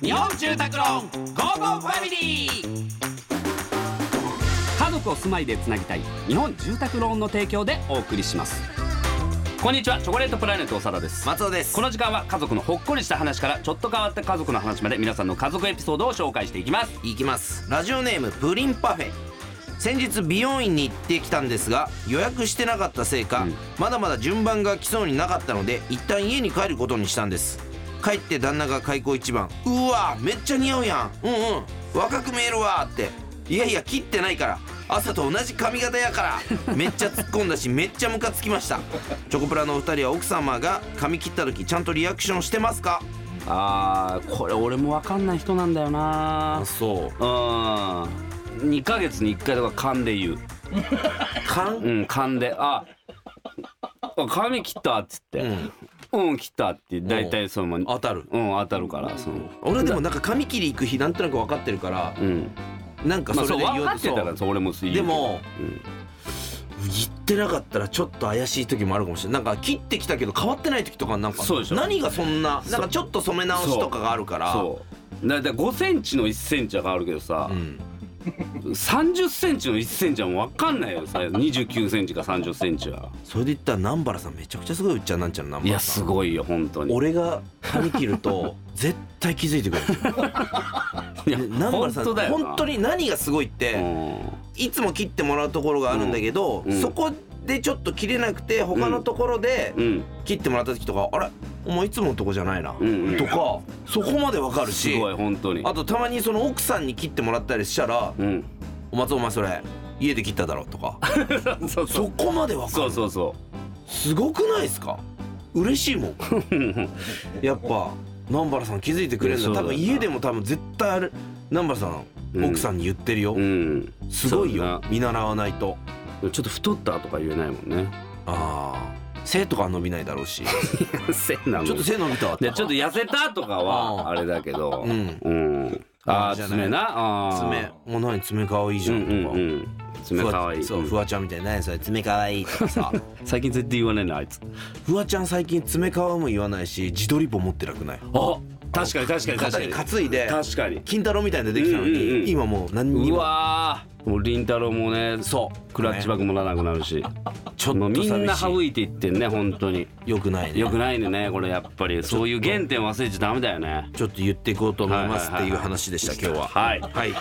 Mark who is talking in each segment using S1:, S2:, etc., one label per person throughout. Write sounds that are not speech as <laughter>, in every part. S1: 日本住宅ローンゴーゴーファミリー家族を住まいでつなぎたい日本住宅ローンの提供でお送りしますこんにちはチョコレートプラネット長田です
S2: 松尾です
S1: この時間は家族のほっこりした話からちょっと変わった家族の話まで皆さんの家族エピソードを紹介していきます
S2: いきますラジオネームプリンパフェ先日美容院に行ってきたんですが予約してなかったせいか、
S1: うん
S2: まだまだ順番が来そうになかったので一旦家に帰ることにしたんです帰って旦那が開口一番「うわめっちゃ似合うやんうんうん若く見えるわ」って「いやいや切ってないから」朝と同じ髪型や
S1: <laughs>
S2: からめっちゃ突っ込んだしめっちゃムカつきましたチョコプラのお二人は奥様が髪切った時ちゃんとリアクションしてますか
S1: あーこれ俺もわかんない人なんだよな
S2: そう
S1: うん2ヶ月に1回とか噛んで言う
S2: 勘
S1: うん噛んであ髪切ったっつって、
S2: うん
S1: うん切ったって大体そのまま
S2: 当たる
S1: うん当たるからその
S2: 俺でもなんか髪切り行く日なんとなく分かってるから
S1: うん
S2: なんか
S1: まあ
S2: そ
S1: そ
S2: れ
S1: う
S2: で
S1: 分かってた
S2: そ
S1: か
S2: う
S1: らそう俺もそう言う
S2: でも
S1: うん
S2: 言ってなかったらちょっと怪しい時もあるかもしれないなんか切ってきたけど変わってない時とかなんか
S1: そうでしょ
S2: 何がそんな
S1: そう
S2: なんかちょっと染め直しとかがあるから
S1: そうだいたい5センチの1センチは変わるけどさ、
S2: ん、
S1: 30センチの1センチはもう分かんないよさ29センチか30センチは
S2: それで言ったら南原さんめちゃくちゃすごいうっちゃんなんちゃら南
S1: いや
S2: 原
S1: す
S2: さん
S1: ごいよ本当に
S2: 俺が髪切
S1: <laughs>
S2: ると絶対気づいてくれるんですよ
S1: いや
S2: で南原さん
S1: 本当だよな
S2: 本当に何がすごいって、
S1: うん
S2: いつも切ってもらうところがあるんだけど、
S1: うん
S2: そこでちょっと切れなくて他のところで
S1: うん
S2: 切ってもらった時とか、あれお前いつものとこじゃないな、
S1: うんうん
S2: とかそこまでわかる
S1: す
S2: し
S1: ごい本当に
S2: あとたまにその奥さんに切ってもらったりしたら
S1: うん <laughs>
S2: 「お松お前それ家で切っただろ」とか
S1: そう <laughs> そう
S2: そこまでわか
S1: そ
S2: る
S1: うそうそ
S2: すごくないですか嬉し
S1: <laughs>
S2: いもんやっぱ南原さん気づいてくれるん
S1: いやそう
S2: だ
S1: だ
S2: 多
S1: よな
S2: 分家でも多分絶対あれ南原さん
S1: うん
S2: 奥さんに言ってるよ、
S1: ううん
S2: すごい
S1: そう
S2: よ
S1: だ
S2: 見習わないと
S1: ちょっと太ったとか言えないもんね
S2: ああ背とか伸びないだろ
S1: <laughs>
S2: うしち
S1: せなの
S2: ょっと背伸びたわ
S1: でちょっと痩せたとかは
S2: あ
S1: あれだけど
S2: う、ん
S1: うん、あ
S2: あ
S1: あ
S2: じゃない
S1: 爪なあー
S2: 爪もう何爪可愛いじゃんと
S1: うん
S2: か、
S1: うんうん爪
S2: ふわ
S1: かわいい
S2: そうフワちゃんみたいな何それ爪可愛いと
S1: <laughs>
S2: かさ
S1: 最近絶対言わないなあいつ
S2: フワちゃん最近爪可愛いも言わないし自撮り棒持ってなくない
S1: あ確かに確かに確
S2: 肩
S1: かに
S2: に担いで
S1: 確かに
S2: 金太郎みたいなのできたのに、
S1: うんうんうん
S2: 今もう何に
S1: う
S2: も
S1: わーもう凛太郎もね
S2: そう
S1: クラッチバッグもらわなくなるし
S2: ちょっ
S1: もう
S2: と
S1: みんな
S2: 寂し
S1: 省いていってんね本当に
S2: いよくないね
S1: よくないねこれやっぱりそういう原点忘れちゃダメだよね
S2: ちょっと言っていこうと思いますっ
S1: は
S2: て
S1: いはいいうはい
S2: 話でした今日は
S1: はい
S2: はい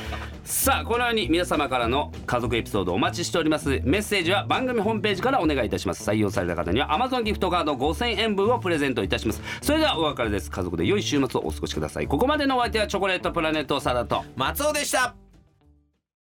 S1: さあこのように皆様からの家族エピソードお待ちしておりますメッセージは番組ホームページからお願いいたします採用された方には Amazon ギフトカード5000円分をプレゼントいたしますそれではお別れです家族で良い週末をお過ごしくださいここまでのお相手はチョコレートプラネットサラと
S2: 松尾でした